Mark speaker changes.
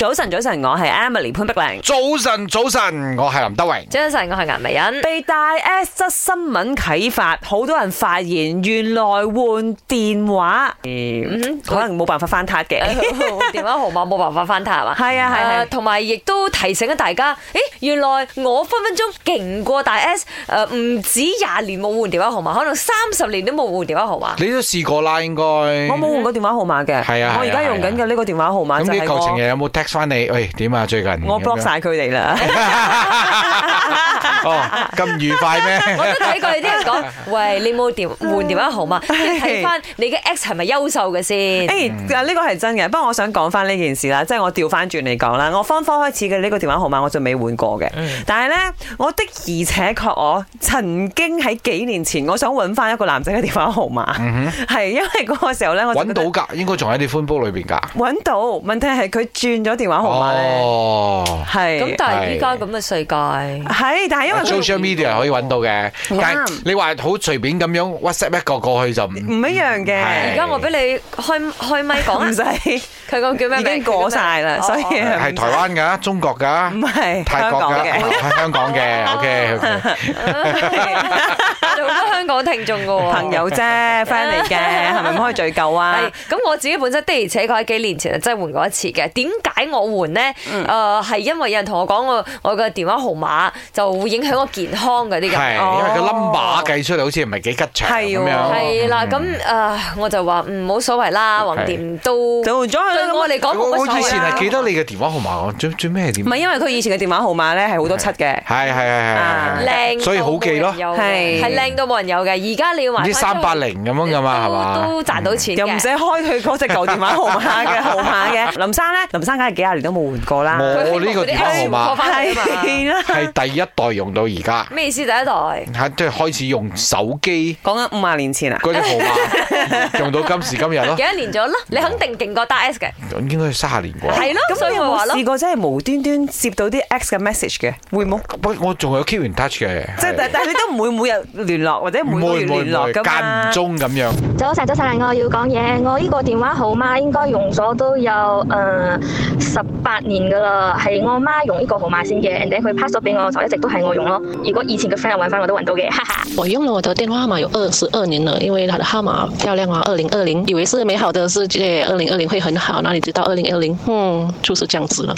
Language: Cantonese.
Speaker 1: 早晨，早晨，我係 Emily 潘碧玲。
Speaker 2: 早晨，早晨，我係林德榮。
Speaker 3: 早晨，我係顏美欣。
Speaker 1: 被大 S 則新聞啟發，好多人發現原來換電話，嗯可能冇辦法翻撻嘅。
Speaker 2: 嗯
Speaker 3: 電話號碼冇辦法翻塔嘛？
Speaker 1: 係啊係啊
Speaker 3: 誒同埋亦都提醒咗大家，誒原來我分分鐘勁過大 S，誒唔止廿年冇換電話號碼，可能三十年都冇換電話號碼。
Speaker 2: 你都試過啦，應該。
Speaker 1: 我冇換過電話號碼嘅，
Speaker 2: 係啊係啊
Speaker 1: 我而家用緊嘅呢個電話號碼
Speaker 2: 咁
Speaker 1: 就
Speaker 2: 啲
Speaker 1: 係
Speaker 2: 舊情
Speaker 1: 我
Speaker 2: 人有冇 text 翻你？喂，點啊？最近
Speaker 1: 我 block 晒佢哋啦。
Speaker 2: 哦，咁愉快
Speaker 3: 我
Speaker 2: 咩？
Speaker 3: 都睇過有啲人講，喂，你冇電換電話號碼，你睇翻你嘅 X 係咪優秀嘅先？
Speaker 1: 誒，
Speaker 2: 嗯
Speaker 1: 啊呢個係真嘅，不過我想講翻呢件事啦，即係我調翻轉嚟講啦，我方科開始嘅呢個電話號碼我就未換過嘅，
Speaker 2: 嗯
Speaker 1: 但係呢，我的而且確我曾經喺幾年前，我想揾翻一個男仔嘅電話號碼，係因為嗰個時候呢， 我就覺得
Speaker 2: 揾嗯到㗎，應該仲喺你歡煲裏邊㗎。
Speaker 1: 揾到，問題係佢轉咗電話號碼呢，
Speaker 2: 哦。
Speaker 1: 係
Speaker 3: 咁但係依家咁嘅世界。
Speaker 1: 係，但係因為佢
Speaker 2: social media 可以揾到嘅，但係你話好隨便咁樣 WhatsApp 一個過去就唔
Speaker 1: 唔一樣
Speaker 3: 而
Speaker 1: 嘅
Speaker 2: 嗯係，
Speaker 3: 家我俾你開開咪講啊
Speaker 1: 唔使。
Speaker 3: 佢個叫咩
Speaker 1: 已
Speaker 3: 名？
Speaker 1: 經過晒啦
Speaker 3: 佢叫咩名
Speaker 1: 所以
Speaker 3: 哦
Speaker 2: 係台灣㗎、中國
Speaker 1: 唔
Speaker 2: 㗎、
Speaker 1: 係
Speaker 2: 泰
Speaker 1: 香
Speaker 2: 國
Speaker 1: 港
Speaker 2: 㗎、
Speaker 1: 嘅，
Speaker 2: 係香港 嘅。OK OK。
Speaker 3: 哦有好多香港聽眾嘅喎
Speaker 1: 朋。友啫，friend 嚟嘅， 係咪唔可以聚舊啊
Speaker 3: 係？哎咁，我自己本身的而且確喺幾年前真係換過一次嘅。點解我換呢？誒、
Speaker 2: 嗯
Speaker 3: 係因為有人同我講我我嘅電話號碼就會影響我健康嗰啲
Speaker 2: 係，
Speaker 3: 咁。
Speaker 2: 因為個
Speaker 1: 哦
Speaker 2: number 計出嚟好似唔係幾吉祥
Speaker 1: 係
Speaker 2: 咁嗯
Speaker 1: 喎
Speaker 2: 樣。
Speaker 3: 係啦，咁誒、我就話嗯冇所謂啦，橫掂都
Speaker 1: 就換咗佢啦
Speaker 3: 對
Speaker 1: 咁
Speaker 3: 我啊嚟講
Speaker 2: 我
Speaker 3: 冇乜所
Speaker 2: 我
Speaker 3: 謂啦。
Speaker 2: 以前係記得你嘅電話號碼，我最最咩點？
Speaker 1: 唔係因為佢以前嘅電話號碼咧係好多七嘅，
Speaker 2: 係係係
Speaker 1: 啊
Speaker 2: 係係，
Speaker 3: 靚，
Speaker 2: 所以好記咯，
Speaker 1: 係
Speaker 3: 係係靚到冇人有嘅。而家你要
Speaker 2: 唔
Speaker 3: 買
Speaker 2: 知
Speaker 3: 返
Speaker 2: 三八零咁樣
Speaker 3: 都
Speaker 2: 噶嘛，係嘛？
Speaker 3: 都賺到錢嘅
Speaker 1: 又唔使開佢嗰隻舊電話號碼嘅號碼嘅。林生咧，林生梗係幾廿年都冇換過啦，
Speaker 2: 我哦呢個電話號碼
Speaker 3: 係
Speaker 1: 係啦。
Speaker 2: 係第一代用到而家，
Speaker 3: 啊咩意思？第一代係
Speaker 2: 嚇即係開始用手機
Speaker 1: 講緊五廿年前啊，
Speaker 2: 嗰啲號碼，用到今時今日咯
Speaker 3: 幾，多年咗啦？你肯定勁過大 S 嘅，
Speaker 2: 應該三十年啩。
Speaker 3: 係咯，
Speaker 1: 咁
Speaker 3: 所
Speaker 1: 你
Speaker 3: 以
Speaker 1: 有
Speaker 3: 咪話
Speaker 1: 冇
Speaker 3: 咯
Speaker 1: 試。過真係無端端接到啲 X 嘅 message 嘅？會冇？
Speaker 2: 不過我仲有 keep in touch 嘅，
Speaker 1: 即係但但係你都唔會每日聯絡或者每個
Speaker 2: 每
Speaker 1: 月
Speaker 2: 每
Speaker 1: 聯絡
Speaker 2: 每
Speaker 1: 㗎
Speaker 2: 間
Speaker 1: 嘛
Speaker 2: 唔？中咁樣。
Speaker 4: 早晨，早晨，我要講嘢。我呢個電話號碼應該用咗都有誒十八年噶啦，係我媽用呢個號碼先嘅，人哋佢 pass 咗俾我，就一直都係我用咯。如果以前嘅 friend 揾翻我都揾到嘅，哈哈。
Speaker 5: 我用了我的电话号码有二十二年了，因为它的号码漂亮啊，二零二零，以为是美好的世界，二零二零会很好，哪里知道二零二零，嗯，就是这样子了。